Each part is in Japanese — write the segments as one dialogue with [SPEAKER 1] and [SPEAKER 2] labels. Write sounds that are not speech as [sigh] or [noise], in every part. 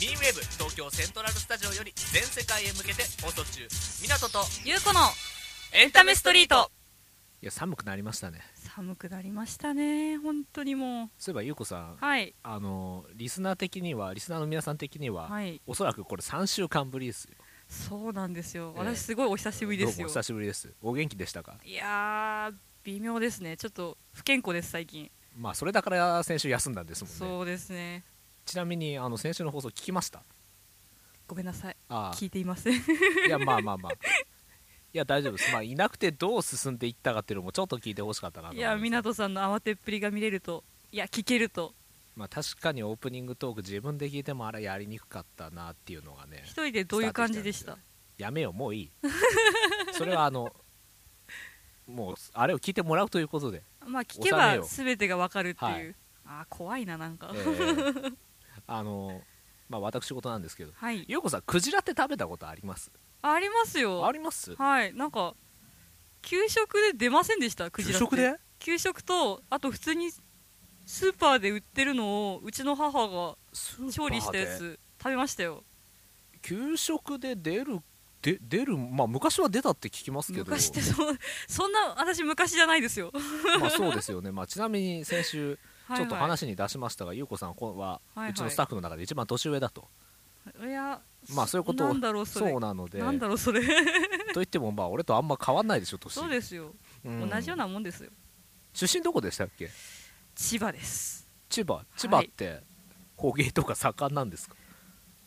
[SPEAKER 1] ミンウェブ東京セントラルスタジオより全世界へ向けて放送中港と
[SPEAKER 2] ゆうこの
[SPEAKER 1] エンタメストリート
[SPEAKER 3] いや寒くなりましたね
[SPEAKER 2] 寒くなりましたね本当にもう
[SPEAKER 3] そういえばゆうこさん
[SPEAKER 2] はい
[SPEAKER 3] あのリスナー的にはリスナーの皆さん的には、
[SPEAKER 2] はい
[SPEAKER 3] おそらくこれ3週間ぶりですよ
[SPEAKER 2] そうなんですよ、
[SPEAKER 3] ええ
[SPEAKER 2] 私すごいお久しぶりです
[SPEAKER 3] どうも
[SPEAKER 2] よ
[SPEAKER 3] お久しぶりですお元気でしたか
[SPEAKER 2] いやー微妙ですねちょっと不健康です最近
[SPEAKER 3] まあそれだから先週休んだんですもんね
[SPEAKER 2] そうですね
[SPEAKER 3] ちなみにあの先週の放送聞きました
[SPEAKER 2] ごめんなさい
[SPEAKER 3] あ
[SPEAKER 2] 聞いていません
[SPEAKER 3] あいやまあまあまあいや大丈夫ですまあいなくてどう進んでいったかっていうのもちょっと聞いてほしかったなと思
[SPEAKER 2] い
[SPEAKER 3] いま
[SPEAKER 2] や
[SPEAKER 3] す
[SPEAKER 2] 湊さんの慌てっぷりが見れるといや聞けると
[SPEAKER 3] まあ確かにオープニングトーク自分で聞いてもあれやりにくかったなっていうのがね
[SPEAKER 2] 一人でどういう感じでした
[SPEAKER 3] やめよもう
[SPEAKER 2] [laughs]
[SPEAKER 3] いいそれはあのもうあれを聞いてもらうということ
[SPEAKER 2] [laughs]
[SPEAKER 3] で、
[SPEAKER 2] まあ聞
[SPEAKER 3] 収
[SPEAKER 2] け
[SPEAKER 3] め
[SPEAKER 2] ば
[SPEAKER 3] よう
[SPEAKER 2] 全てがわかるっていう、
[SPEAKER 3] はい
[SPEAKER 2] あー怖いななんか、
[SPEAKER 3] えーあのまあ私事なんですけど
[SPEAKER 2] [laughs] はい
[SPEAKER 3] ゆうこさんクジラって食べたことあります
[SPEAKER 2] あありますよ
[SPEAKER 3] あります
[SPEAKER 2] はいなんか給食で出ませんでしたク
[SPEAKER 3] 給
[SPEAKER 2] ジラって
[SPEAKER 3] 食で
[SPEAKER 2] 給食とあと普通にスーパーで売ってるのをうちの母が調理したや
[SPEAKER 3] スーパーで
[SPEAKER 2] つ食べましたよ
[SPEAKER 3] 給食で出るで出るまあ昔は出たって聞きますけど
[SPEAKER 2] 昔ってそそんな私昔じゃないですよ
[SPEAKER 3] まあそうですよね、まあ、ちなみに先週
[SPEAKER 2] はい、はい、
[SPEAKER 3] ちょっと話に出しましたがゆうこさんは
[SPEAKER 2] はいはいう
[SPEAKER 3] ちのスタッフの中で一番年上だと、
[SPEAKER 2] いや
[SPEAKER 3] まあそういうこと
[SPEAKER 2] なんだろうそれ
[SPEAKER 3] そうなので
[SPEAKER 2] なんだろ
[SPEAKER 3] [laughs]
[SPEAKER 2] うそれ
[SPEAKER 3] といってもまあ俺とあんま変わんないでしょ年
[SPEAKER 2] そうですよ、
[SPEAKER 3] うん
[SPEAKER 2] 同じようなもんですよ
[SPEAKER 3] 出身どこでしたっけ
[SPEAKER 2] 千葉です
[SPEAKER 3] 千葉千葉って工芸とか盛んなんですか、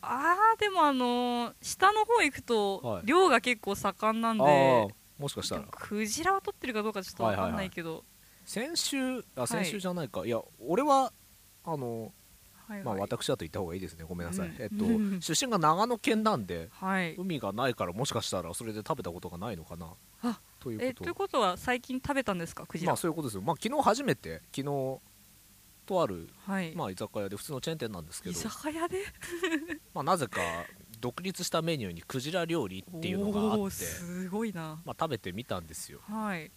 [SPEAKER 2] あーでもあのー下の方行くと、
[SPEAKER 3] はい
[SPEAKER 2] 漁が結構盛んなんで
[SPEAKER 3] ああもしかした
[SPEAKER 2] で
[SPEAKER 3] ら
[SPEAKER 2] もクジラは取ってるかどうかちょっとわかんないけど、
[SPEAKER 3] 先週あ
[SPEAKER 2] い
[SPEAKER 3] 先週じゃないか、い、や俺はあの、
[SPEAKER 2] はいはい
[SPEAKER 3] まあ、私だと言った方がいいですねごめんなさい、
[SPEAKER 2] うん
[SPEAKER 3] えっ
[SPEAKER 2] うん
[SPEAKER 3] と出身が長野県なんで
[SPEAKER 2] はい
[SPEAKER 3] 海がないからもしかしたらそれで食べたことがないのかな
[SPEAKER 2] あ
[SPEAKER 3] という
[SPEAKER 2] え
[SPEAKER 3] こと
[SPEAKER 2] いうことは最近食べたんですかクジ
[SPEAKER 3] とま
[SPEAKER 2] ラ、
[SPEAKER 3] あそういうことですよまあ昨日初めて昨日とある、
[SPEAKER 2] はい、
[SPEAKER 3] まあ、居酒屋で普通のチェーン店なんですけ
[SPEAKER 2] 居
[SPEAKER 3] ど、
[SPEAKER 2] 酒屋で
[SPEAKER 3] まあ、なぜか独立したメニューにクジラ料理っていうのがあ
[SPEAKER 2] お
[SPEAKER 3] っ
[SPEAKER 2] ー
[SPEAKER 3] て、
[SPEAKER 2] すごいな
[SPEAKER 3] まあ、食べてみたんですよ
[SPEAKER 2] はい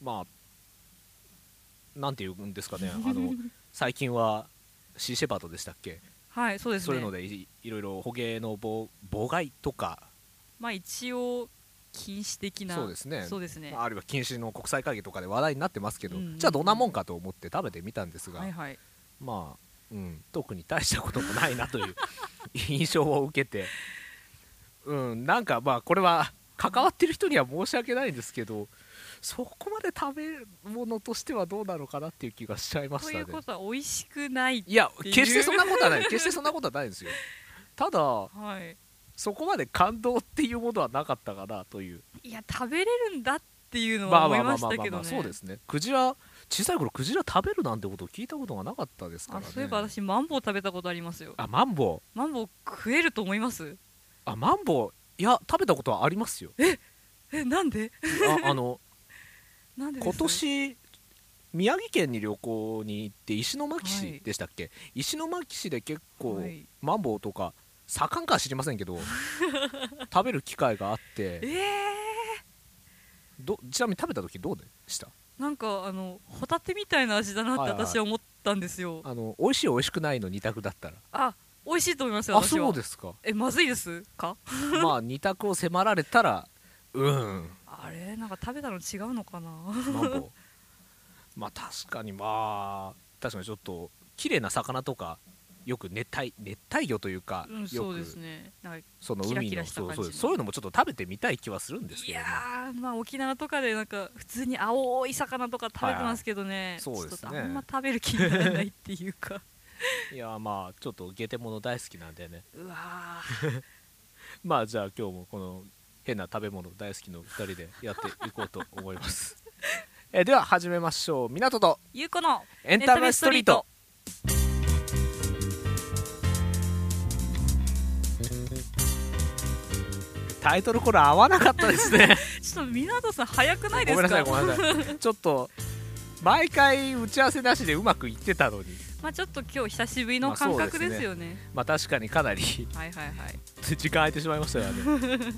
[SPEAKER 3] まあなんていうんですか
[SPEAKER 2] [laughs]
[SPEAKER 3] ねあの最近はシーシェパードでしたっけ
[SPEAKER 2] はいそうですね
[SPEAKER 3] そういうのでいいろいろ捕鯨の妨妨害とか
[SPEAKER 2] まあ一応禁止的な
[SPEAKER 3] そうですね
[SPEAKER 2] そうですね
[SPEAKER 3] あるいは禁止の国際会議とかで話題になってますけど、
[SPEAKER 2] うんうん
[SPEAKER 3] じゃあどんなもんかと思って食べてみたんですが、
[SPEAKER 2] はいはい
[SPEAKER 3] まあ、うん、特に大したこともないなという [laughs] 印象を受けて、うん、なんかまあこれは関わってる人には申し訳ないんですけどそこまで食べ物としてはどうなのかなっていう気がしちゃいまし
[SPEAKER 2] と
[SPEAKER 3] た
[SPEAKER 2] い
[SPEAKER 3] ね
[SPEAKER 2] う。ことは美味しくない
[SPEAKER 3] いや
[SPEAKER 2] ていう
[SPEAKER 3] 決してそんなことはない決してそんなことはないんですよただ
[SPEAKER 2] はい
[SPEAKER 3] そこまで感動っていうものはなかったかなという
[SPEAKER 2] いや食べれるんだっていうのは思いましたけどね
[SPEAKER 3] そうですねクジラ小さい頃クジラ食べるなんてことを聞いたことがなかったですから
[SPEAKER 2] あ
[SPEAKER 3] ね
[SPEAKER 2] そういえば私マンボウ食べたことありますよ
[SPEAKER 3] あマンボウ
[SPEAKER 2] マンボウ食えると思います
[SPEAKER 3] あマンボウいや食べたことはありますよ
[SPEAKER 2] えなんで
[SPEAKER 3] ああ
[SPEAKER 2] [laughs]
[SPEAKER 3] の
[SPEAKER 2] なんでです
[SPEAKER 3] 今年宮城県に旅行に行って石巻市でしたっけ、石巻市で結構、
[SPEAKER 2] はい
[SPEAKER 3] マンボウとか盛んかは知りませんけ
[SPEAKER 2] [laughs]
[SPEAKER 3] ど食べる機会があって
[SPEAKER 2] えー
[SPEAKER 3] どちなみに食べた時どうでした
[SPEAKER 2] なんかあのホタテみたいな味だなっ
[SPEAKER 3] は
[SPEAKER 2] て
[SPEAKER 3] いはい
[SPEAKER 2] 私は思ったんですよ、
[SPEAKER 3] あの美味しい美味しくないの2択だったら
[SPEAKER 2] あ美味しいと思いますよ
[SPEAKER 3] あ
[SPEAKER 2] 私は
[SPEAKER 3] そうですか
[SPEAKER 2] えまずいですか
[SPEAKER 3] まあ2択を迫られたらうん
[SPEAKER 2] あれなんか食べたの違うのかな
[SPEAKER 3] マンボウまあ確かにまあ確かにちょっと綺麗な魚とかよく熱帯熱帯魚というか、
[SPEAKER 2] うん
[SPEAKER 3] よ
[SPEAKER 2] そう
[SPEAKER 3] く
[SPEAKER 2] ですねなんか
[SPEAKER 3] その
[SPEAKER 2] キラ
[SPEAKER 3] 海
[SPEAKER 2] キラ
[SPEAKER 3] の
[SPEAKER 2] した
[SPEAKER 3] そ
[SPEAKER 2] 感
[SPEAKER 3] う
[SPEAKER 2] じ
[SPEAKER 3] そうそういうのもちょっと食べてみたい気はするんです
[SPEAKER 2] い
[SPEAKER 3] けど
[SPEAKER 2] や
[SPEAKER 3] ね
[SPEAKER 2] ーまあ沖縄とかでなんか普通に青い魚とか食べてますけどね、
[SPEAKER 3] はいはいそうですね
[SPEAKER 2] ちょっとあんま食べる気にならないっていう
[SPEAKER 3] [laughs]
[SPEAKER 2] か
[SPEAKER 3] いやまあちょっとゲテモノ大好きなんでね
[SPEAKER 2] うわ
[SPEAKER 3] まあじゃあ今日もこの変な食べ物大好きの2人でやっていこうと思います
[SPEAKER 2] [laughs]
[SPEAKER 3] えでは始めましょう港と
[SPEAKER 2] ーゆうこの
[SPEAKER 3] エンタメストリートタイトルコール合 [laughs] わなかったですね
[SPEAKER 2] ちょっと湊さん早くないで
[SPEAKER 3] ご
[SPEAKER 2] す
[SPEAKER 3] めんな
[SPEAKER 2] か
[SPEAKER 3] さいごめんなさいちょっと毎回打ち合わせなしでうまくいってたのに
[SPEAKER 2] まあちょっと今日久しぶりの感覚ですよね,、
[SPEAKER 3] まあ確かにかなり
[SPEAKER 2] はいはいはい
[SPEAKER 3] 時間空いてしまいましたよね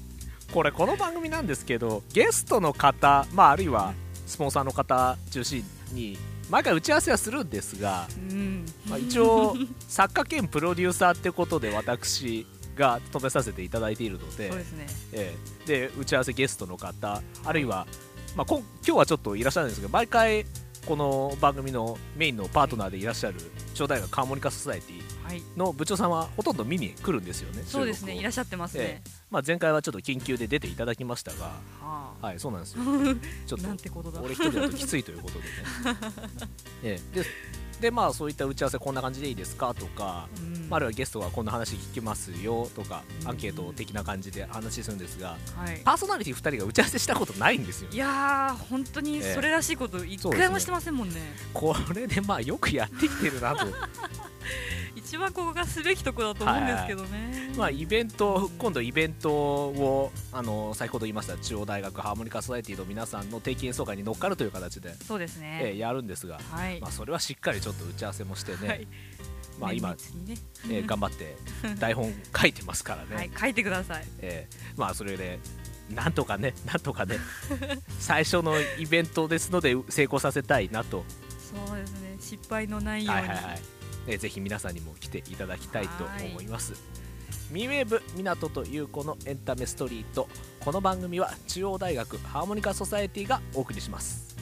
[SPEAKER 3] これこの番組なんですけどゲストの方、まあ、あるいはスポンサーの方中心に毎回打ち合わせはするんですが、
[SPEAKER 2] うん
[SPEAKER 3] まあ、一応作家兼プロデューサーってことで私が務めさせていただいているので
[SPEAKER 2] そうですね
[SPEAKER 3] ええで打ち合わせゲストの方あるいは、まあ、こん今日はちょっといらっしゃるんですけど毎回この番組のメインのパートナーでいらっしゃる超大学カーモニカソサイティ
[SPEAKER 2] はい
[SPEAKER 3] の部長さんはほとんど見に来るんですよね
[SPEAKER 2] そうですねいらっ
[SPEAKER 3] し
[SPEAKER 2] しゃってますね、
[SPEAKER 3] まあ、前回はちょっと緊急で出ていただきましたが
[SPEAKER 2] はあ
[SPEAKER 3] はいそうなんですよ
[SPEAKER 2] [laughs]
[SPEAKER 3] ちょっ
[SPEAKER 2] なん
[SPEAKER 3] と
[SPEAKER 2] てことだ
[SPEAKER 3] 俺一人だときついということでねええででまあそういった打ち合わせこんな感じでいいですかとか
[SPEAKER 2] うん
[SPEAKER 3] まああるいはゲストがこんな話聞きますよとか
[SPEAKER 2] うん
[SPEAKER 3] アンケート的な感じで話するんですが
[SPEAKER 2] はい
[SPEAKER 3] パーソナリティ2人が打ち合わせしたことないんですよ
[SPEAKER 2] いやー本当にそれらしいこと一回もしてませんもんね
[SPEAKER 3] これでまあよくやってきてるなと
[SPEAKER 2] 一番ここがすべきとこだと思うんですけどね、
[SPEAKER 3] まあイベント今度イベントをあの先ほど言いました中央大学ハーモニカソサイティの皆さんの定期演奏会に乗っかるという形で、
[SPEAKER 2] そうですね、
[SPEAKER 3] えーやるんですが、
[SPEAKER 2] はい、
[SPEAKER 3] まあ、それはしっかりちょっと打ち合わせもしてね、
[SPEAKER 2] はい
[SPEAKER 3] まあ、今
[SPEAKER 2] 綿、密にね
[SPEAKER 3] えー頑張
[SPEAKER 1] [laughs]
[SPEAKER 3] って台本書いてますからね、
[SPEAKER 2] はい書いてください
[SPEAKER 3] えーまあそれでなんとかね [laughs] なんとかね最初のイベントですので成功させたいなと
[SPEAKER 2] そうですね失敗のないよう
[SPEAKER 3] は
[SPEAKER 2] に
[SPEAKER 3] いはいはい、えーぜひ皆さんにも来ていただきたいと思いますミウェーブ港というこのエンタメストリートこの番組は中央大学ハーモニカソサエティがお送りします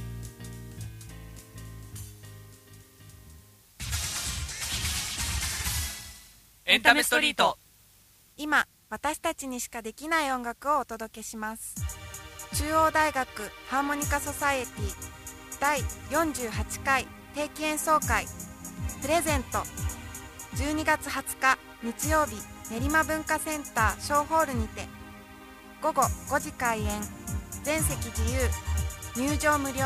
[SPEAKER 1] エンタメストリート
[SPEAKER 4] 今私たちにしかできない音楽をお届けします中央大学ハーモニカソサエティ第48回定期演奏会プレゼント12月20日日曜日練馬文化センターショーホールにて午後5時開演全席自由入場無料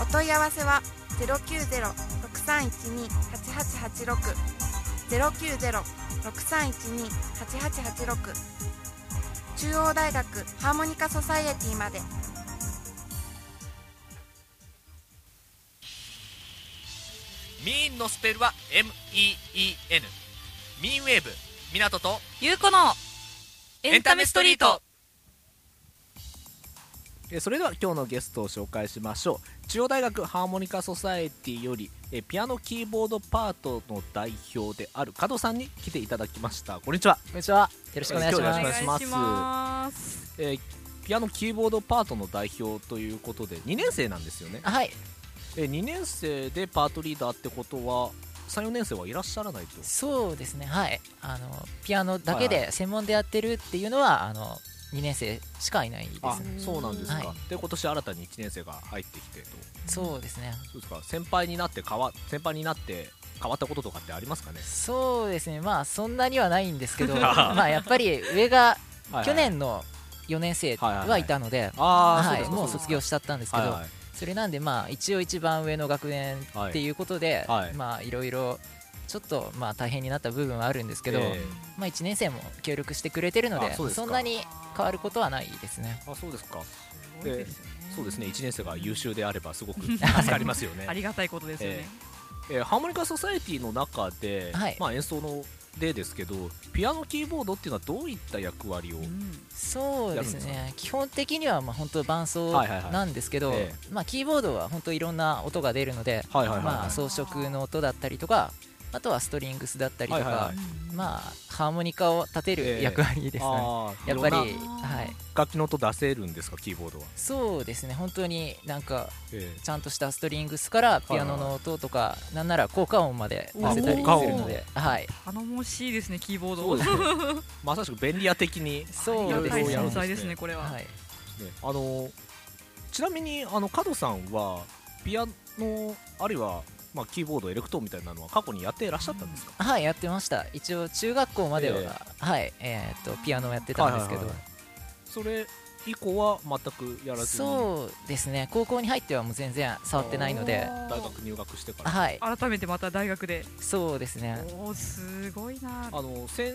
[SPEAKER 4] お問い合わせは090-6312-8886 090-6312-8886中央大学ハーモニカソサイエティまで
[SPEAKER 1] ミーンのスペルは MEEN ミーンウェーブ港と
[SPEAKER 2] ゆうこのエンタメストリート
[SPEAKER 3] えーそれでは今日のゲストを紹介しましょう中央大学ハーモニカソサエティよりえーピアノキーボードパートの代表である加藤さんに来ていただきましたこんにちは
[SPEAKER 5] こんにちは。よろしくお願いし
[SPEAKER 3] 今日よ
[SPEAKER 5] ま
[SPEAKER 3] ろ
[SPEAKER 5] す。
[SPEAKER 3] しくお願いし
[SPEAKER 2] ます
[SPEAKER 3] えーピアノキーボードパートの代表ということで2年生なんですよね
[SPEAKER 5] あはい、
[SPEAKER 3] え2年生でパートリーダーってことは34年生はいらっしゃらないと
[SPEAKER 5] そうですね。はい、あのピアノだけ
[SPEAKER 3] はい
[SPEAKER 5] で専門でやってるっていうのは、あの2年生しかいないです
[SPEAKER 3] あ
[SPEAKER 5] ね。
[SPEAKER 3] そうなんですか、
[SPEAKER 5] はい
[SPEAKER 3] で今年新たに1年生が入ってきてと
[SPEAKER 5] そうですね。
[SPEAKER 3] そうですか先輩になって変わ先輩になって変わったこととかってありますかね、
[SPEAKER 5] そうですね。まあそんなにはないんですけ
[SPEAKER 3] [laughs]
[SPEAKER 5] ど、
[SPEAKER 3] あ
[SPEAKER 5] まあやっぱり上が
[SPEAKER 3] はいはい
[SPEAKER 5] 去年の4年生はいたので、
[SPEAKER 3] ああ、
[SPEAKER 5] はい、
[SPEAKER 3] そ
[SPEAKER 5] もう
[SPEAKER 3] です
[SPEAKER 5] 卒
[SPEAKER 3] か
[SPEAKER 5] 業しちゃったんですけ
[SPEAKER 3] はい
[SPEAKER 5] ど
[SPEAKER 3] は、い
[SPEAKER 5] それなんでまあ一応一番上の学年っていうことで、
[SPEAKER 3] はいはい
[SPEAKER 5] まあいろいろちょっとまあ大変になった部分はあるんですけど、
[SPEAKER 3] え
[SPEAKER 5] まあ1年生も協力してくれてるので
[SPEAKER 3] あそうですか
[SPEAKER 5] そんなに変わることはないですね。
[SPEAKER 3] ーあそうですか
[SPEAKER 2] すごいですね
[SPEAKER 3] そうですね1年生が優秀であればす
[SPEAKER 5] [laughs]
[SPEAKER 3] ごく助かりますよ
[SPEAKER 2] あ
[SPEAKER 3] ね、
[SPEAKER 2] りがたいことですよね、
[SPEAKER 3] えーハーモニカ・ソサエティの中で、
[SPEAKER 5] はい
[SPEAKER 3] まあ、演奏の例ですけどピアノキーボードっていうのはどういった役割を、
[SPEAKER 2] うん
[SPEAKER 5] そうです
[SPEAKER 3] や
[SPEAKER 5] ね基本的にはまあ本当伴奏
[SPEAKER 3] はいはいはい
[SPEAKER 5] なんですけど、
[SPEAKER 3] え
[SPEAKER 5] まあ、キーボードは本当いろんな音が出るので、
[SPEAKER 3] はいはいはいはい、
[SPEAKER 5] まあ、装飾の音だったりとかあとはストリングスだったりとか、
[SPEAKER 3] はいはいは
[SPEAKER 5] まあ、ハーモニカを立て
[SPEAKER 3] ええ
[SPEAKER 5] る役割ですね、
[SPEAKER 3] あー
[SPEAKER 5] やっぱり、
[SPEAKER 3] いろんな
[SPEAKER 5] はい、
[SPEAKER 3] 楽器の音出せるんですかキーボードは、
[SPEAKER 5] そうですね本当になんか
[SPEAKER 3] え
[SPEAKER 5] ちゃんとしたストリングスからピアノの音とか、なんなら効果音まで出せたり
[SPEAKER 3] あ
[SPEAKER 5] するので、はい、
[SPEAKER 2] 頼もしいですねキーボード
[SPEAKER 3] そうですね [laughs] まさしく便利屋的に、
[SPEAKER 5] そう
[SPEAKER 2] ありがたい
[SPEAKER 5] ですね
[SPEAKER 2] 存在ですねこれは、
[SPEAKER 5] はい、
[SPEAKER 3] あのちなみにあの加藤さんはピアノあるいは、まあ、キーボードエレクトーンみたいなのは過去にやっていらっしゃったんですか、
[SPEAKER 5] はい、やってました。一応中学校までは、
[SPEAKER 3] え
[SPEAKER 5] はい、えーっとピアノをやってたんですけど、
[SPEAKER 3] はいはいはいそれ以降は全くやらずに
[SPEAKER 5] そうですね。高校に入ってはもう全然触ってないので、
[SPEAKER 3] 大学入学してから、
[SPEAKER 5] はい、
[SPEAKER 2] 改めてまた大学で
[SPEAKER 5] そうですね。
[SPEAKER 2] おおすごいな
[SPEAKER 3] あの先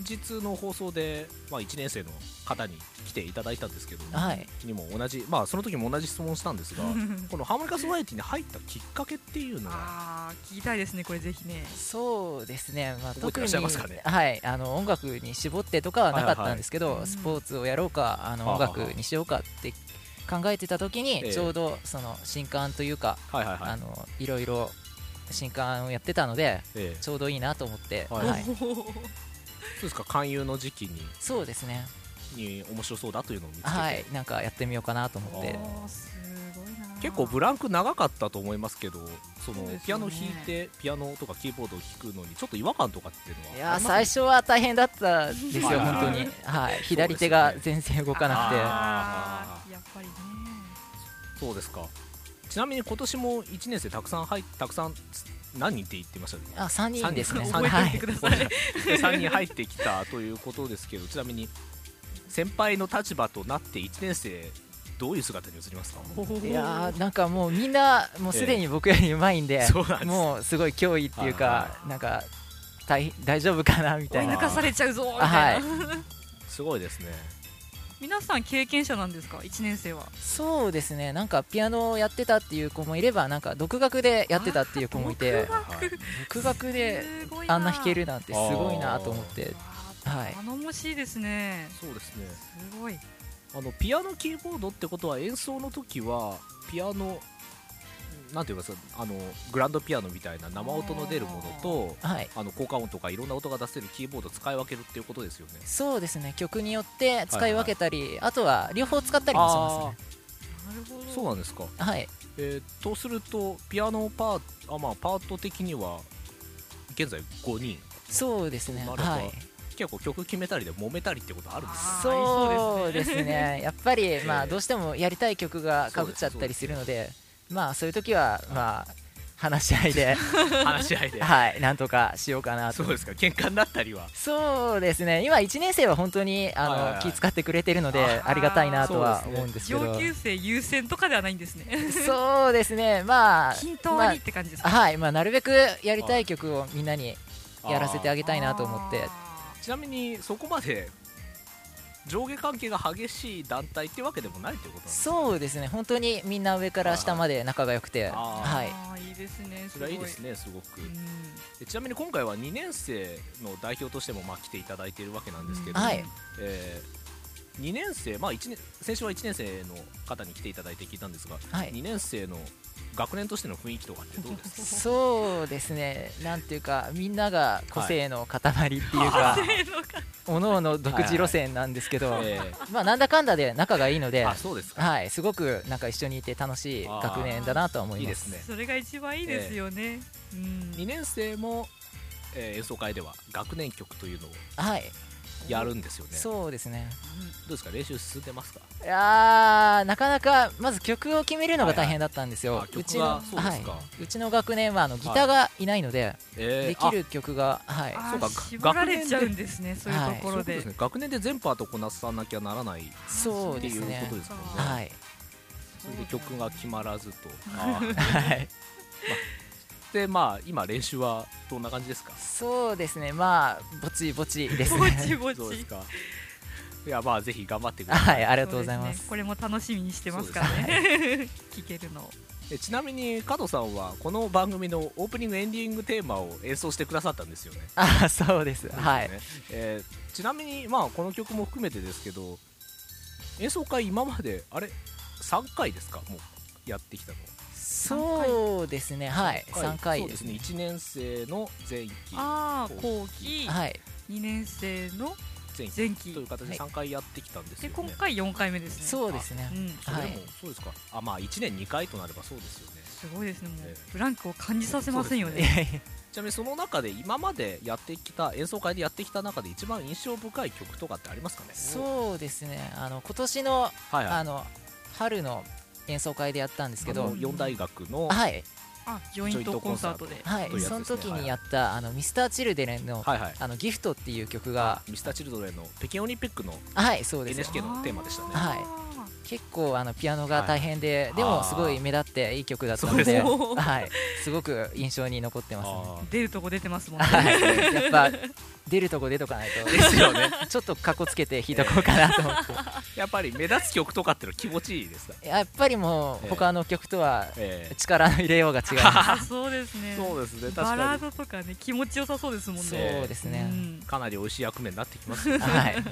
[SPEAKER 3] 日の放送で、まあ、1年生の方に来ていただいたんですけど、
[SPEAKER 5] はい、
[SPEAKER 3] にも同じ、まあ、その時も同じ質問をしたんですがこのハーモニカソナエティに入ったきっかけっていうのは
[SPEAKER 2] [laughs] あー聞きたいですねこれぜひね
[SPEAKER 5] そうですね。まあ
[SPEAKER 3] 覚えて
[SPEAKER 5] 特
[SPEAKER 3] らっ
[SPEAKER 5] に
[SPEAKER 3] しゃいますかね
[SPEAKER 5] はい、あの音楽に絞ってとかはなかったんですけど、
[SPEAKER 2] はいはいはい
[SPEAKER 5] スポーツをやろうか、あの
[SPEAKER 3] はあは
[SPEAKER 5] 音
[SPEAKER 3] あ
[SPEAKER 5] 楽にしようかって考えてた時
[SPEAKER 3] ええ
[SPEAKER 5] にちょうどその新刊というか、
[SPEAKER 3] はいはいは
[SPEAKER 5] あ
[SPEAKER 3] い
[SPEAKER 5] のいろいろ新刊をやってたので
[SPEAKER 3] ええ
[SPEAKER 5] ちょうどいいなと思って、
[SPEAKER 3] は
[SPEAKER 5] はいい
[SPEAKER 3] そうですか勧誘の時期に
[SPEAKER 5] そうですね
[SPEAKER 3] に面白そうだというのを見つけて、
[SPEAKER 5] はいなんかやってみようかなと思って
[SPEAKER 3] あー
[SPEAKER 2] すごいな
[SPEAKER 3] 結構ブランク長かったと思いますけどその
[SPEAKER 2] そうですよね
[SPEAKER 3] ピアノ弾いてピアノとかキーボードを弾くのにちょっと違和感とかっていうのはい
[SPEAKER 5] やー最初は大変だったで
[SPEAKER 3] は
[SPEAKER 5] す
[SPEAKER 3] い
[SPEAKER 5] よ
[SPEAKER 3] はい
[SPEAKER 5] 本当に、はい、左手が全然動かなくて
[SPEAKER 2] あーやっぱりね
[SPEAKER 3] そうですかちなみに今年も1年生たくさん入ったくさんつ何人って言ってましたね
[SPEAKER 5] あ三人ですね
[SPEAKER 3] 三
[SPEAKER 5] は
[SPEAKER 3] 人
[SPEAKER 5] い
[SPEAKER 2] 覚えておいてください、
[SPEAKER 3] 3人入ってきたということですけどちなみに先輩の立場となって1年生どういう姿に映りますか
[SPEAKER 5] いやーなんかもうみんなもうすでに僕よりうまいんで、
[SPEAKER 3] そうなんです
[SPEAKER 5] もうすごい脅威っていう
[SPEAKER 3] はい
[SPEAKER 5] かなんか大大丈夫かなみ
[SPEAKER 2] 追
[SPEAKER 5] た
[SPEAKER 2] い
[SPEAKER 5] いな
[SPEAKER 2] 抜かされちゃうぞみ
[SPEAKER 5] あ
[SPEAKER 2] た
[SPEAKER 5] はいい
[SPEAKER 2] な、
[SPEAKER 3] すごいですね
[SPEAKER 2] 皆さん経験者なんですか1年生は
[SPEAKER 5] そうですねなんかピアノをやってたっていう子もいればなんか独学でやってたっていう子もいて
[SPEAKER 2] あ
[SPEAKER 3] はい
[SPEAKER 5] 独学です
[SPEAKER 2] ごい
[SPEAKER 5] あんな弾けるなんてすごいなと思っ
[SPEAKER 2] わ
[SPEAKER 5] て
[SPEAKER 2] ー
[SPEAKER 5] はい
[SPEAKER 2] 頼もしいですね
[SPEAKER 3] そうですね
[SPEAKER 2] すごい
[SPEAKER 3] あのピアノキーボードってことは演奏の時はピアノなんていうかさあのグランドピアノみたいな生音の出るものと
[SPEAKER 5] はい
[SPEAKER 3] あの効果音とかいろんな音が出せるキーボードを使い分けるっていうことですよね
[SPEAKER 5] そうですね曲によって使い分けたり、あとは両方使ったりもします
[SPEAKER 2] な
[SPEAKER 5] ね
[SPEAKER 2] るほど
[SPEAKER 3] そうなんですか
[SPEAKER 5] はい
[SPEAKER 3] えー、とするとピアノパートあ、まあ、パート的には現在5人
[SPEAKER 5] そうですね
[SPEAKER 3] なるほど
[SPEAKER 5] はい
[SPEAKER 3] 結構曲決めたりで揉めたりってことあるんです
[SPEAKER 2] あー
[SPEAKER 5] そうです
[SPEAKER 2] ありそうです
[SPEAKER 3] [laughs]
[SPEAKER 5] ね、やっぱり、ま
[SPEAKER 3] え
[SPEAKER 5] あ、
[SPEAKER 3] え
[SPEAKER 5] どうしてもやりたい曲がかぶっちゃったりするので、まあ、そういう時は、まあ、話し合いで、
[SPEAKER 3] 話し合いで
[SPEAKER 5] [laughs] はい、なんとかしようかな
[SPEAKER 3] そ
[SPEAKER 5] と。
[SPEAKER 3] うですか喧嘩になったりは
[SPEAKER 5] そうですね、今、1年生は本当にあの、
[SPEAKER 3] はいはいはい
[SPEAKER 5] 気使ってくれてるので、
[SPEAKER 2] あー
[SPEAKER 5] ありがたいなとは
[SPEAKER 3] そうですね
[SPEAKER 5] 思うんですけど、
[SPEAKER 2] 上級生優先とかではないんですね
[SPEAKER 5] そうですね、まあ、
[SPEAKER 2] 均等にって感じです
[SPEAKER 5] まあ
[SPEAKER 2] か、
[SPEAKER 5] はいまあ、なるべくやりたい曲をみんなにやらせてあ
[SPEAKER 3] げ
[SPEAKER 5] げたいなと思って、
[SPEAKER 3] ちなみにそこまで上下関係が激しい団体ってわけでもないということなんですか
[SPEAKER 5] そうですね、本当にみんな上から下まで仲が良くて、
[SPEAKER 3] あー
[SPEAKER 5] はい、
[SPEAKER 2] あーいいですね
[SPEAKER 3] そ
[SPEAKER 2] すご
[SPEAKER 3] れ
[SPEAKER 2] い
[SPEAKER 3] はいいですねすごく
[SPEAKER 2] うん
[SPEAKER 3] でちなみに今回は2年生の代表としてもまあ来ていただいているわけなんですけど、
[SPEAKER 5] はい
[SPEAKER 3] え2年生、まあ、一年先週は1年生の方に来ていただいて聞いたんですが、
[SPEAKER 5] はい
[SPEAKER 3] 2年生の学年としての雰囲気とかってどうですか
[SPEAKER 5] [laughs] そうですね、なんていうか、みんなが個性の塊っていう
[SPEAKER 3] は
[SPEAKER 5] か、おのおの独自路線なんですけど、
[SPEAKER 3] え
[SPEAKER 5] まあ、なんだかんだで仲がいいの
[SPEAKER 3] え
[SPEAKER 5] で
[SPEAKER 3] あ、そうですか、
[SPEAKER 5] はい、すごくなんか一緒にいて楽しい学年だなとは思
[SPEAKER 3] い
[SPEAKER 5] い
[SPEAKER 3] いで
[SPEAKER 5] ますす。
[SPEAKER 3] ね
[SPEAKER 2] それが一番いいですよね、うん
[SPEAKER 3] 2年生も、えー演奏会では学年曲というのを
[SPEAKER 5] はい、
[SPEAKER 3] やるんですよねど
[SPEAKER 5] そうですね。
[SPEAKER 3] うですか練習進んでますか
[SPEAKER 5] いやーなかなかまず曲を決めるのが大変だったんですよ。
[SPEAKER 3] あ曲
[SPEAKER 5] うちの
[SPEAKER 3] がそうですか、
[SPEAKER 5] はいうちの学年はあのギターがいないので、
[SPEAKER 3] え
[SPEAKER 5] で
[SPEAKER 3] ーあ
[SPEAKER 5] きる曲がはい、
[SPEAKER 2] あ
[SPEAKER 3] そうか
[SPEAKER 2] ー絞られちゃうんですねそういうとこ
[SPEAKER 3] そういう
[SPEAKER 2] ろ
[SPEAKER 3] こと
[SPEAKER 2] で,、
[SPEAKER 3] ですね学年で全パートこなさなきゃならないっ
[SPEAKER 5] そう
[SPEAKER 3] て
[SPEAKER 5] で
[SPEAKER 3] い
[SPEAKER 5] す
[SPEAKER 3] う
[SPEAKER 5] ね
[SPEAKER 3] ことですもんね
[SPEAKER 5] はい、
[SPEAKER 3] それで曲が決まらずと [laughs]
[SPEAKER 5] はい。
[SPEAKER 3] でまあ今練習はどんな感じですか
[SPEAKER 5] そうですね、まあ、ぼちぼちです
[SPEAKER 2] ぼち
[SPEAKER 5] ね。
[SPEAKER 2] ぼ
[SPEAKER 3] どうで
[SPEAKER 2] ち
[SPEAKER 3] すかいやまあぜひ頑張ってください
[SPEAKER 5] [laughs] はい、ありがとうございま。
[SPEAKER 2] そですねこれも楽しみにしてますからね聞けるのを
[SPEAKER 3] えちなみに加藤さんはこの番組のオープニングエンディングテーマを演奏してくださったんですよね
[SPEAKER 5] あ、そうです。はい。
[SPEAKER 3] えーちなみにまあこの曲も含めてですけど演奏会今まであれ3回ですかもうやってきたの
[SPEAKER 5] そうですね、はい、三
[SPEAKER 3] そう
[SPEAKER 5] 回で
[SPEAKER 3] ですすね
[SPEAKER 5] ね。
[SPEAKER 3] 1年生の前期
[SPEAKER 2] ああ後期、
[SPEAKER 5] はい、
[SPEAKER 2] 2年生の
[SPEAKER 3] 前期
[SPEAKER 2] 前
[SPEAKER 3] とい
[SPEAKER 2] 期
[SPEAKER 3] う形で3回やってきたんです
[SPEAKER 2] で
[SPEAKER 3] よね、
[SPEAKER 2] 今回4回目ですね
[SPEAKER 5] そうですね
[SPEAKER 2] う。ん、
[SPEAKER 3] それでも
[SPEAKER 5] はい
[SPEAKER 3] そうですかあまあ1年2回となればそうですよね
[SPEAKER 2] すごいですねもう
[SPEAKER 3] ええ
[SPEAKER 2] ブランクを感じさせませんよ
[SPEAKER 3] そう
[SPEAKER 2] ね
[SPEAKER 3] で
[SPEAKER 5] いやいや
[SPEAKER 3] ちなみにその中で今までやってきた演奏会でやってきた中で一番印象深い曲とかってありますかね
[SPEAKER 5] [laughs] そうですね、あの、今年の、
[SPEAKER 3] はいはい
[SPEAKER 5] あの、春の演奏会でやったんですけ
[SPEAKER 3] あ
[SPEAKER 5] ど
[SPEAKER 3] の。四大学の
[SPEAKER 5] はい、
[SPEAKER 2] あジョイントコンサートで
[SPEAKER 5] は
[SPEAKER 3] というや
[SPEAKER 5] い、
[SPEAKER 3] つですね
[SPEAKER 5] その時にやった、あの、ミスターチルデレンの、
[SPEAKER 3] はいはい
[SPEAKER 5] あの、ギフトっていう曲が。
[SPEAKER 3] ミスターチルドレンの北京オリンピックの
[SPEAKER 5] はい、そうです
[SPEAKER 3] NHK のテーマでしたね
[SPEAKER 5] はい結構あのピアノが大変で、
[SPEAKER 3] い
[SPEAKER 5] で
[SPEAKER 3] あー
[SPEAKER 5] もすごい目立っていい曲だったの
[SPEAKER 3] そう
[SPEAKER 5] で、
[SPEAKER 2] ですね
[SPEAKER 5] はい、すごく印象に残ってます、ね。
[SPEAKER 3] あ
[SPEAKER 2] 出るとこ出てますもんね
[SPEAKER 5] はい、やっぱ出るとこ出とかないと
[SPEAKER 3] ですよね
[SPEAKER 5] [laughs] ちょっとかっこつけて弾いとこうかなと思っ
[SPEAKER 3] [laughs]
[SPEAKER 5] て、
[SPEAKER 3] ーやっぱり目立つ曲とかってのは気持ちいいですか、
[SPEAKER 5] やっぱりも
[SPEAKER 3] ええ
[SPEAKER 5] う他の曲とは
[SPEAKER 3] ええ
[SPEAKER 5] 力の入れようが違いま
[SPEAKER 2] あそうですね
[SPEAKER 3] そうですね確
[SPEAKER 2] バラ
[SPEAKER 3] か
[SPEAKER 2] ードとかね気持ちよさそうですもんね
[SPEAKER 5] す、そうですね、
[SPEAKER 2] うん
[SPEAKER 3] にかなり美味しい役目になってきますよ
[SPEAKER 5] はい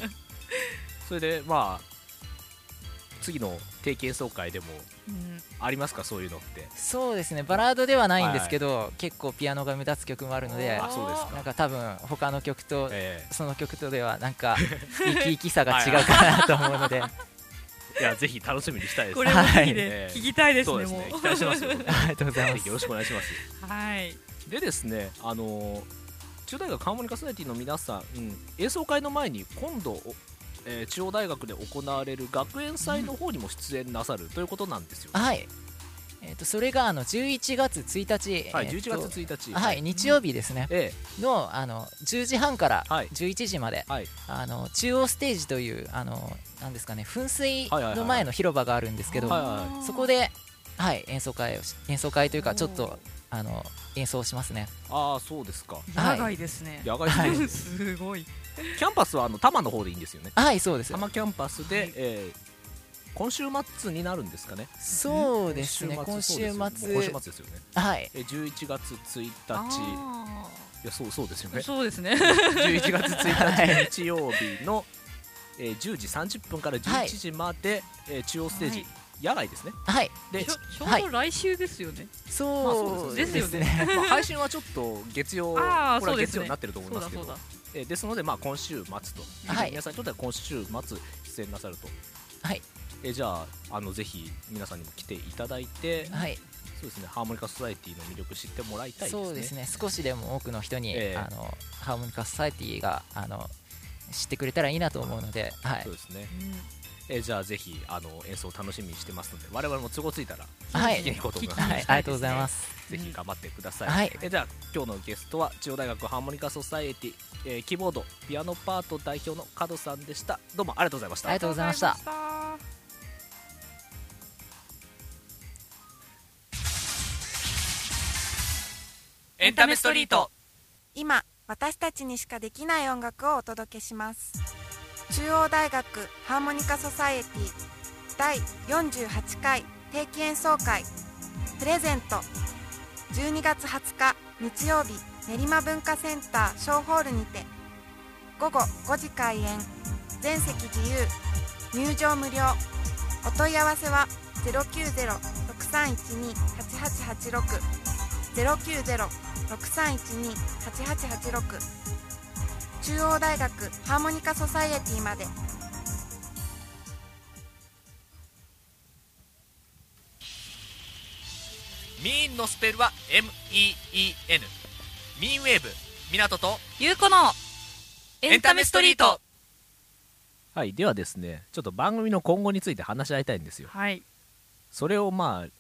[SPEAKER 3] それでまあ次の定期演奏会でも
[SPEAKER 5] うん
[SPEAKER 3] ありますかそういうのって
[SPEAKER 5] そうですねバラードではないんですけど、結構ピアノが目立つ曲もあるので
[SPEAKER 3] あそうですか
[SPEAKER 5] なんか多分他の曲と
[SPEAKER 3] え
[SPEAKER 5] その曲とではな
[SPEAKER 3] [laughs]
[SPEAKER 5] んか生き生きさが違うかなと思うので
[SPEAKER 3] えいやぜひ楽しみにしたいです
[SPEAKER 2] こ
[SPEAKER 3] [laughs]
[SPEAKER 2] れもぜひ
[SPEAKER 3] は
[SPEAKER 2] ね
[SPEAKER 3] い
[SPEAKER 2] 聞きたいです
[SPEAKER 3] そう
[SPEAKER 2] ね
[SPEAKER 3] です
[SPEAKER 2] も
[SPEAKER 3] ね期待してますよ僕
[SPEAKER 5] ありがとうございま
[SPEAKER 3] ぜ
[SPEAKER 5] す
[SPEAKER 3] ひよろしくお願いします
[SPEAKER 2] うはい
[SPEAKER 3] でですねあのー中央大学ハーモニカソナリティの皆さん、うん演奏会の前に今度おえー中央大学で行われる学園祭の方にも出演なさるということなんですよ、
[SPEAKER 5] はいえっとそれがあの11月1日、
[SPEAKER 3] はい、
[SPEAKER 5] えーと
[SPEAKER 3] 11月1日、
[SPEAKER 5] はい、日曜日ですね、
[SPEAKER 3] え
[SPEAKER 5] のあの10時半から
[SPEAKER 3] はい
[SPEAKER 5] 11時まで、
[SPEAKER 3] はい
[SPEAKER 5] あの中央ステージというあのなんですかね噴水
[SPEAKER 3] はいはいはいはい
[SPEAKER 5] の前の広場があるんですけど、
[SPEAKER 3] はいはい
[SPEAKER 5] そこで、はい、演奏会をし演奏会というかちょっとあの演奏をしますね
[SPEAKER 3] えああそうですか
[SPEAKER 5] は
[SPEAKER 2] 野
[SPEAKER 5] い
[SPEAKER 2] 外ですね
[SPEAKER 3] 野外ステージです
[SPEAKER 2] [laughs] すごい
[SPEAKER 3] キャンパスはあの多摩の方でいいんですよね
[SPEAKER 5] はいそうです
[SPEAKER 3] 多摩キャンパスで、
[SPEAKER 2] はい
[SPEAKER 3] えー今週末になるんですかね
[SPEAKER 5] そうですね今
[SPEAKER 3] 今
[SPEAKER 5] 週
[SPEAKER 3] 週末そう
[SPEAKER 5] 末
[SPEAKER 3] ですよもう今週末ですよね
[SPEAKER 5] はい
[SPEAKER 3] えー11月1日い
[SPEAKER 2] あ
[SPEAKER 3] やそうそうですよ
[SPEAKER 2] ー
[SPEAKER 3] ね
[SPEAKER 2] そうですね
[SPEAKER 3] 11月1日日曜日の、えー10時30分から
[SPEAKER 5] はい
[SPEAKER 3] 11時まで、えー中央ステージ、
[SPEAKER 2] はい
[SPEAKER 3] 野外ですね
[SPEAKER 5] はい
[SPEAKER 3] で
[SPEAKER 2] [laughs] ちょちょ
[SPEAKER 5] はいう
[SPEAKER 2] ど来週ですよねそ
[SPEAKER 5] そ
[SPEAKER 2] う
[SPEAKER 5] う
[SPEAKER 2] で
[SPEAKER 5] です
[SPEAKER 2] よ
[SPEAKER 5] す
[SPEAKER 2] ね
[SPEAKER 5] ね
[SPEAKER 3] まあ配信はちょっと月曜これ
[SPEAKER 2] あ
[SPEAKER 3] は
[SPEAKER 2] ーそうですね
[SPEAKER 3] 月曜になってると思い
[SPEAKER 2] そう
[SPEAKER 3] ま
[SPEAKER 2] だ
[SPEAKER 3] すけ
[SPEAKER 2] そう
[SPEAKER 3] ど
[SPEAKER 2] だ
[SPEAKER 3] えーですのでまあ今週末と、
[SPEAKER 5] はい
[SPEAKER 3] 皆さんにとっては今週末出演なさると
[SPEAKER 5] はい
[SPEAKER 3] えーじゃああのぜひ皆さんにも来ていただいて、
[SPEAKER 5] はい
[SPEAKER 3] そうですねハーモニカソサイティの魅力知ってもらいたいですね
[SPEAKER 5] そうですね少しでも多くの人に、
[SPEAKER 3] ええ
[SPEAKER 5] あのハーモニカ・ソサエティがあの知ってくれたらいいなと思うので、はい
[SPEAKER 3] そうですね
[SPEAKER 2] うん
[SPEAKER 3] えーじゃあぜひあの演奏楽しみにしてますので我々も都合ついたら
[SPEAKER 5] はい
[SPEAKER 3] 聞きに行こうと思います、
[SPEAKER 5] はい、ありがとうございます
[SPEAKER 3] ぜひ頑張ってください、
[SPEAKER 5] はい
[SPEAKER 3] えーでは今日のゲストは中央大学ハーモニカソサエティ、えーキーボードピアノパート代表の角さんでしたどうもありがとうございました
[SPEAKER 5] ありがとうございました
[SPEAKER 2] ありがとうございました
[SPEAKER 1] エンタメストリート
[SPEAKER 4] 今私たちにしかできない音楽をお届けします中央大学ハーモニカソサエティ第48回定期演奏会プレゼント12月20日日曜日練馬文化センター小ホールにて午後5時開演全席自由入場無料お問い合わせは090-6312-8886 090-6312-8886 6312-8886中央大学ハーモニカソサイエティまで
[SPEAKER 1] ミーンのスペルは MEEN ミーンウェーブ港と
[SPEAKER 2] ゆうこのエンタメストリート
[SPEAKER 3] はいではですねちょっと番組の今後について話し合いたいんですよ
[SPEAKER 2] はい
[SPEAKER 3] それをまあ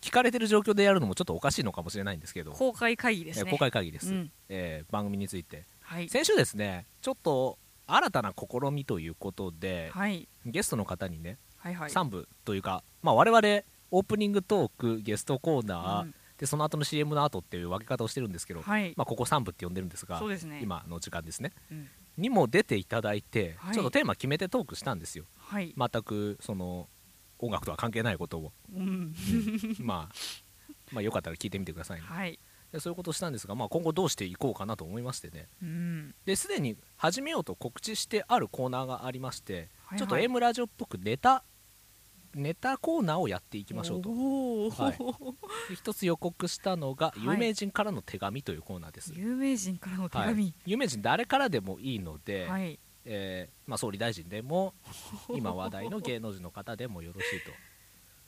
[SPEAKER 3] 聞かれてる状況でやるのもちょっとおかしいのかもしれないんですけど
[SPEAKER 2] 公開会議です
[SPEAKER 3] えー
[SPEAKER 2] ね
[SPEAKER 3] 公開会議です、
[SPEAKER 2] うん
[SPEAKER 3] えー番組について
[SPEAKER 2] はい
[SPEAKER 3] 先週ですねちょっと新たな試みということで、
[SPEAKER 2] はい
[SPEAKER 3] ゲストの方にね、
[SPEAKER 2] はいはい
[SPEAKER 3] 3部というか、まあ、我々オープニングトークゲストコーナー、
[SPEAKER 2] うん
[SPEAKER 3] でその後の CM の後っていう分け方をしてるんですけど、
[SPEAKER 2] はい
[SPEAKER 3] まあ、ここ3部って呼んでるんですが
[SPEAKER 2] そうですね
[SPEAKER 3] 今の時間ですね
[SPEAKER 2] うん
[SPEAKER 3] にも出ていただいて、
[SPEAKER 2] はい
[SPEAKER 3] ちょっとテーマ決めてトークしたんですよ
[SPEAKER 2] はい
[SPEAKER 3] 全くその音楽とは関係ないことを、
[SPEAKER 2] [laughs] うん
[SPEAKER 3] まあ、まあよかったら聞いてみてくださいね、
[SPEAKER 2] はい
[SPEAKER 3] でそういうことをしたんですが、まあ、今後どうしていこうかなと思いましてね
[SPEAKER 2] うん
[SPEAKER 3] ですでに始めようと告知してあるコーナーがありまして、
[SPEAKER 2] はいはい
[SPEAKER 3] ちょっと M ラジオっぽくネタネタコーナーをやっていきましょうと
[SPEAKER 2] おー
[SPEAKER 3] はい
[SPEAKER 2] [laughs]
[SPEAKER 3] で一つ予告したのが
[SPEAKER 2] い
[SPEAKER 3] 有名人からの手紙というコーナーです、
[SPEAKER 2] 有名人からの手
[SPEAKER 3] はい
[SPEAKER 2] 紙
[SPEAKER 3] 有名人誰からでもいいので、
[SPEAKER 2] はい
[SPEAKER 3] えーまあ、総理大臣で
[SPEAKER 2] [laughs]
[SPEAKER 3] も今話題の芸能人の方でもよろしいと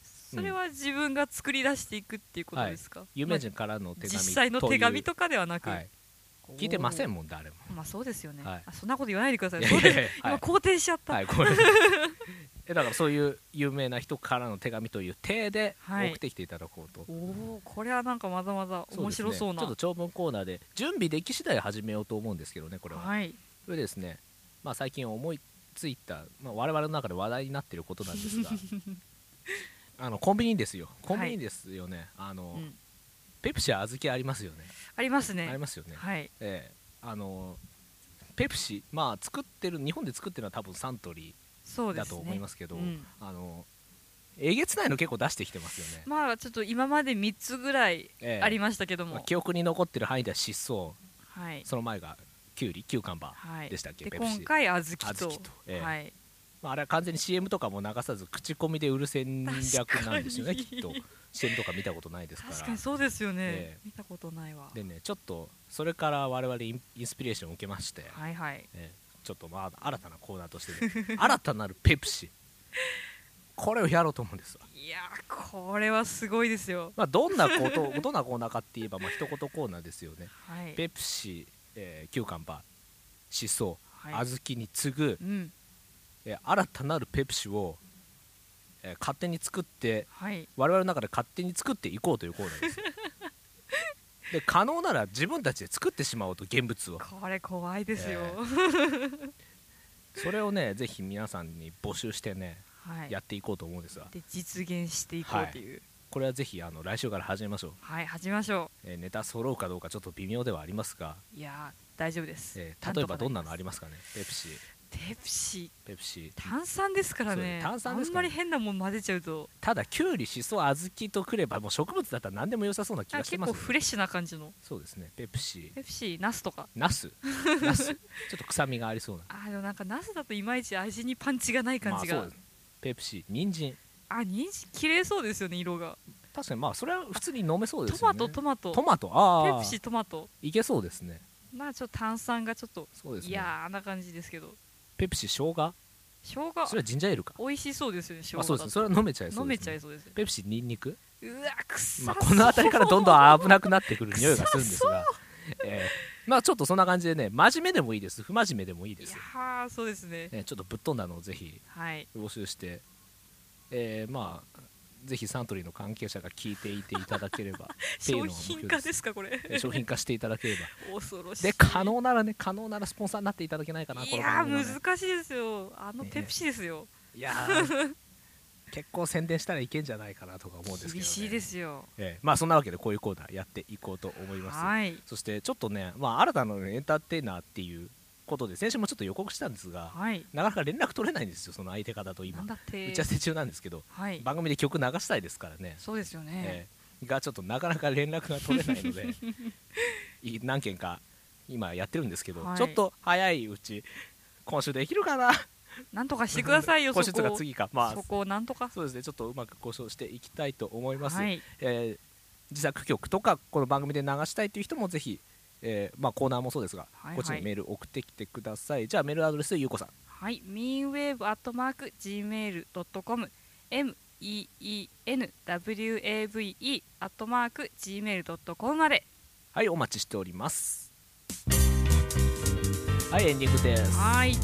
[SPEAKER 2] それは自分が作り出していくっていうことですか
[SPEAKER 3] 有名人からの手紙
[SPEAKER 2] 実際の手紙とかではな
[SPEAKER 3] と
[SPEAKER 2] く
[SPEAKER 3] いう、はい、聞いてません
[SPEAKER 2] お
[SPEAKER 3] もん誰も
[SPEAKER 2] ーまあそうですよね
[SPEAKER 3] はい
[SPEAKER 2] あそんなこと言わないでください
[SPEAKER 3] いや
[SPEAKER 2] そうです
[SPEAKER 3] いやいやは
[SPEAKER 2] [laughs] 今
[SPEAKER 3] い
[SPEAKER 2] 肯定しちゃった
[SPEAKER 3] はい、ごめん [laughs] えだからそういう有名な人からの手紙という体で
[SPEAKER 2] はい
[SPEAKER 3] 送ってきていただこうと、
[SPEAKER 2] おおこれはなんかまだまだ面白そうな
[SPEAKER 3] ですねちょっと長文コーナーで準備でき次第始めようと思うんですけどねこれは、
[SPEAKER 2] はい
[SPEAKER 3] それでですね、まあ、最近思いついた、まあ、我々の中で話題になっていることなん
[SPEAKER 2] [laughs]
[SPEAKER 3] ですがあのコンビニですよコンビニですよね、あの、
[SPEAKER 2] うん
[SPEAKER 3] ペプシあずきありますよね
[SPEAKER 2] あります
[SPEAKER 3] あり
[SPEAKER 2] ね
[SPEAKER 3] ますよね、
[SPEAKER 2] はい
[SPEAKER 3] ええあのペプシまあ作ってる日本で作ってるのは多分サントリ
[SPEAKER 2] そう
[SPEAKER 3] ー
[SPEAKER 2] で
[SPEAKER 3] だ
[SPEAKER 2] すね
[SPEAKER 3] と思いますけど
[SPEAKER 2] うん
[SPEAKER 3] あのえげつないの結構出してきてますよね、
[SPEAKER 2] まあちょっと今まで3つぐらい
[SPEAKER 3] ええ
[SPEAKER 2] ありましたけども、
[SPEAKER 3] まあ記憶に残ってる範囲では疾走
[SPEAKER 2] はい
[SPEAKER 3] その前がキュウリキュウカンバー
[SPEAKER 2] はい
[SPEAKER 3] でしたっけ
[SPEAKER 2] で
[SPEAKER 3] ペプシ
[SPEAKER 2] 今回小豆と
[SPEAKER 3] 小豆とええ
[SPEAKER 2] はい
[SPEAKER 3] まあ、あれは完全に CM とかも流さず口コミで売る戦略なんですよね
[SPEAKER 2] 確か
[SPEAKER 3] き
[SPEAKER 2] に
[SPEAKER 3] っと CM とか見たことないですから
[SPEAKER 2] 確かにそうですよね、
[SPEAKER 3] え
[SPEAKER 2] 見たことないわ
[SPEAKER 3] でねちょっとそれから我々インインスピレーションを受けまして、
[SPEAKER 2] はいはい
[SPEAKER 3] ね、ちょっとまあ新たなコーナーとしてね、 [laughs] 新たなるペプシこれをやろうと思うんですわ
[SPEAKER 2] いやーこれはすごいですよ
[SPEAKER 3] まあ、どんな
[SPEAKER 2] [laughs]
[SPEAKER 3] ことどんなコーナーかって言えばまあ一言コーナーですよね
[SPEAKER 2] はい
[SPEAKER 3] ペプシ、えー、キューカンバーシソ
[SPEAKER 2] はい
[SPEAKER 3] 小豆に次ぐ、
[SPEAKER 2] うん
[SPEAKER 3] えー新たなるペプシを、えー勝手に作って
[SPEAKER 2] はい
[SPEAKER 3] 我々の中で勝手に作っていこうというコーナーですよで可能なら自分たちで作ってしまおうと現物を
[SPEAKER 2] これ怖いですよ、
[SPEAKER 3] えそれをねぜひ皆さんに募集してね、
[SPEAKER 2] [laughs] はい
[SPEAKER 3] やっていこうと思うんですが
[SPEAKER 2] で実現していこうという
[SPEAKER 3] これはぜひあの来週から始めましょう、
[SPEAKER 2] はい、始めましょ
[SPEAKER 3] えーネタ揃うかどうかちょっと微妙ではありますが、
[SPEAKER 2] ういやー大丈夫です、
[SPEAKER 3] えー例えばどんなのあ
[SPEAKER 2] り
[SPEAKER 3] りますかねペプシ
[SPEAKER 2] ペプシ
[SPEAKER 3] ペプシ
[SPEAKER 2] 炭酸ですから
[SPEAKER 3] そうね
[SPEAKER 2] ね
[SPEAKER 3] 炭酸ですからね
[SPEAKER 2] あんまり変なもん混ぜちゃうと
[SPEAKER 3] ただきゅうりしそ小豆とくればもう植物だったら何でも良さそうな気
[SPEAKER 2] なん
[SPEAKER 3] が
[SPEAKER 2] か
[SPEAKER 3] して
[SPEAKER 2] 結
[SPEAKER 3] ます、
[SPEAKER 2] 構
[SPEAKER 3] ね、
[SPEAKER 2] フレッシュな感じの
[SPEAKER 3] そうですねペプシ
[SPEAKER 2] ペプシナスとか
[SPEAKER 3] ナスナ
[SPEAKER 2] [laughs]
[SPEAKER 3] スちょっと臭みがありそうな
[SPEAKER 2] あーでもなんかナスだといまいち味にパンチがない [laughs] 感じ
[SPEAKER 3] まあ
[SPEAKER 2] が
[SPEAKER 3] そう、ですペプシ人参
[SPEAKER 2] あ人参綺麗そうですよね色が
[SPEAKER 3] 確かにまあそれは普通に飲めそうです
[SPEAKER 2] ト
[SPEAKER 3] よ
[SPEAKER 2] マ
[SPEAKER 3] ね
[SPEAKER 2] トトマト
[SPEAKER 3] トマトあ
[SPEAKER 2] ペ
[SPEAKER 3] あ
[SPEAKER 2] プシトマト
[SPEAKER 3] いけそうですね
[SPEAKER 2] まあちょっと炭酸がちょっと
[SPEAKER 3] そうですね
[SPEAKER 2] 嫌な感じですけど
[SPEAKER 3] ペプシ生姜
[SPEAKER 2] 生姜
[SPEAKER 3] それはジンジャーエールか
[SPEAKER 2] 美味しそうですよね生姜
[SPEAKER 3] あ
[SPEAKER 2] だ
[SPEAKER 3] そ
[SPEAKER 2] と
[SPEAKER 3] うですねそれは飲めちゃいそうです、ね、
[SPEAKER 2] 飲めちゃいそうですね
[SPEAKER 3] ペプシニンニク
[SPEAKER 2] うわくっさ
[SPEAKER 3] まあ、
[SPEAKER 2] そう
[SPEAKER 3] この辺りからどんどん危なくなってくる匂いがするんですが、えーまあちょっとそんな感じでね真面目でもいいです不真面目でもいい
[SPEAKER 2] い
[SPEAKER 3] です
[SPEAKER 2] や、ーそうですね
[SPEAKER 3] ね、ちょっとぶっ飛んだのをぜひ
[SPEAKER 2] はい
[SPEAKER 3] 募集して、えーまあぜひサントリーの関係者が聞いていていただければっていうの
[SPEAKER 2] 商
[SPEAKER 3] が
[SPEAKER 2] 品化ですかこれ
[SPEAKER 3] えー商品化していただければ
[SPEAKER 2] 恐ろしい
[SPEAKER 3] で可能ならね可能ならスポンサーになっていただけないかなこ
[SPEAKER 2] い
[SPEAKER 3] の
[SPEAKER 2] や
[SPEAKER 3] 番組は
[SPEAKER 2] ー
[SPEAKER 3] ね
[SPEAKER 2] 難しいですよあの
[SPEAKER 3] ね
[SPEAKER 2] ペプシですよ、
[SPEAKER 3] いやー [laughs] 結構宣伝したらいけんじゃないかなとか思うんですけど、ね、
[SPEAKER 2] 厳しいですよ
[SPEAKER 3] えーまあそんなわけでこういうコーナーやっていこうと思います
[SPEAKER 2] はい
[SPEAKER 3] そしてちょっとね、まあ、新たなエンターテイナーっていうことで先週もちょっと予告したんですが、
[SPEAKER 2] はい
[SPEAKER 3] なかなか連絡取れないんですよその相手方と
[SPEAKER 2] な
[SPEAKER 3] 今
[SPEAKER 2] んだ
[SPEAKER 3] 打
[SPEAKER 2] って
[SPEAKER 3] ち合わせ中なんですけど
[SPEAKER 2] はい
[SPEAKER 3] 番組で曲流したいですからね、
[SPEAKER 2] そうですよね、
[SPEAKER 3] えーがちょっとなかなか連絡が取れないの
[SPEAKER 2] [laughs]
[SPEAKER 3] でい何件か今やってるんですけど、
[SPEAKER 2] はい
[SPEAKER 3] ちょっと早いうち今週できるかな
[SPEAKER 2] なんとかしてくださいよそ
[SPEAKER 3] [laughs] 今週と
[SPEAKER 2] こ
[SPEAKER 3] か
[SPEAKER 2] を
[SPEAKER 3] 次かまあ
[SPEAKER 2] そこをなんとか
[SPEAKER 3] そうですねちょっとうまく交渉していきたいと思います、
[SPEAKER 2] はい
[SPEAKER 3] えー自作曲とかこの番組で流したいという人もぜひ、えーまあ、コーナーもそうですが、
[SPEAKER 2] はいはい
[SPEAKER 3] こっちにメール送ってきてくださいじゃあメールアドレスゆうこさん
[SPEAKER 2] はい、meanwave.gmail.com meenwave.gmail.com まで
[SPEAKER 3] はいお待ちしておりますはいエンディングです
[SPEAKER 2] はい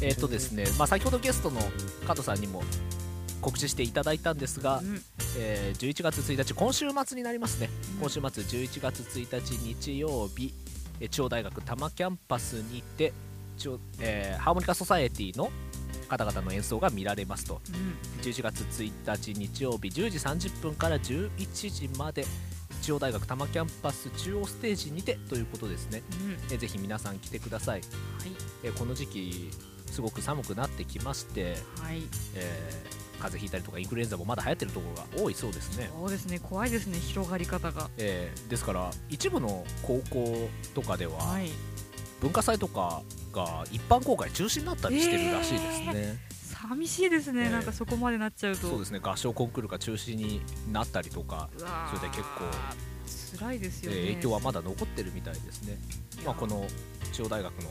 [SPEAKER 3] えっ、とですね、まあ、先ほどゲストの加藤さんにも告知していただいたんですが、
[SPEAKER 2] うん
[SPEAKER 3] えー11月1日今週末になりますね今週末11月1日日曜日えー中央大学多摩キャンパスにて中央、えーハーモニカソサエティの方々の演奏が見られますと
[SPEAKER 2] うん
[SPEAKER 3] 11月1日日曜日10時30分から11時まで中央大学多摩キャンパス中央ステージにてということですね
[SPEAKER 2] うん
[SPEAKER 3] えーぜひ皆さん来てください、えーこの時期すごく寒くなってきまして、
[SPEAKER 2] はいはい
[SPEAKER 3] えー風邪ひいたりとかインフルエンザもまだ流行ってるところが多いそうですね
[SPEAKER 2] そうですね怖いですね広がり方が
[SPEAKER 3] えーですから一部の高校とかでは
[SPEAKER 2] はい
[SPEAKER 3] 文化祭とかが一般公開中止になったりしてるらしいですね、
[SPEAKER 2] 寂しいですね、
[SPEAKER 3] ええ
[SPEAKER 2] なんかそこまでなっちゃうと
[SPEAKER 3] そうですね合唱コンクールが中止になったりとか、
[SPEAKER 2] うわー
[SPEAKER 3] それで結
[SPEAKER 2] 辛いです
[SPEAKER 3] え
[SPEAKER 2] よね、
[SPEAKER 3] ー影響はまだ残ってるみたいですね、
[SPEAKER 2] いや
[SPEAKER 3] まあ、この中央大学の、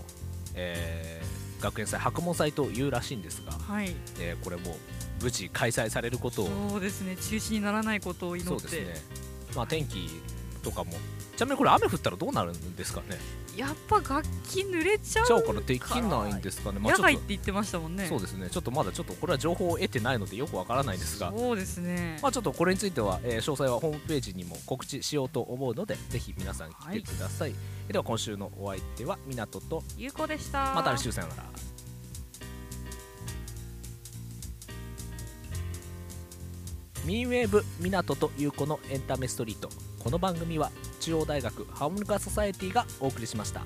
[SPEAKER 3] えー学園祭白門祭というらしいんですが、
[SPEAKER 2] はい
[SPEAKER 3] えーこれも無事開催されることを
[SPEAKER 2] そうですね中止にならないことを祈
[SPEAKER 3] そ
[SPEAKER 2] っ
[SPEAKER 3] う
[SPEAKER 2] て
[SPEAKER 3] ですね、まあ、天気とかもちなみにこれ雨降ったらどうなるんですかね
[SPEAKER 2] やっぱ楽器濡れちゃ
[SPEAKER 3] ちゃ
[SPEAKER 2] う
[SPEAKER 3] うからできないんですかね、まあ、
[SPEAKER 2] 野
[SPEAKER 3] ちょっ
[SPEAKER 2] 外っ
[SPEAKER 3] と
[SPEAKER 2] て言ってましたもんね
[SPEAKER 3] そうですねちょっとまだちょっとこれは情報を得てないのでよくわからないですが、
[SPEAKER 2] そうですね
[SPEAKER 3] まあ、ちょっとこれについては、えー詳細はホームページにも告知しようと思うのでぜひ皆さん来てください、では今週のお相手は港と
[SPEAKER 2] 有効でした
[SPEAKER 3] また来週さようならミンウェーブ港と優子のエンタメストリートこの番組は中央大学ハーモニカソサエティがお送りしました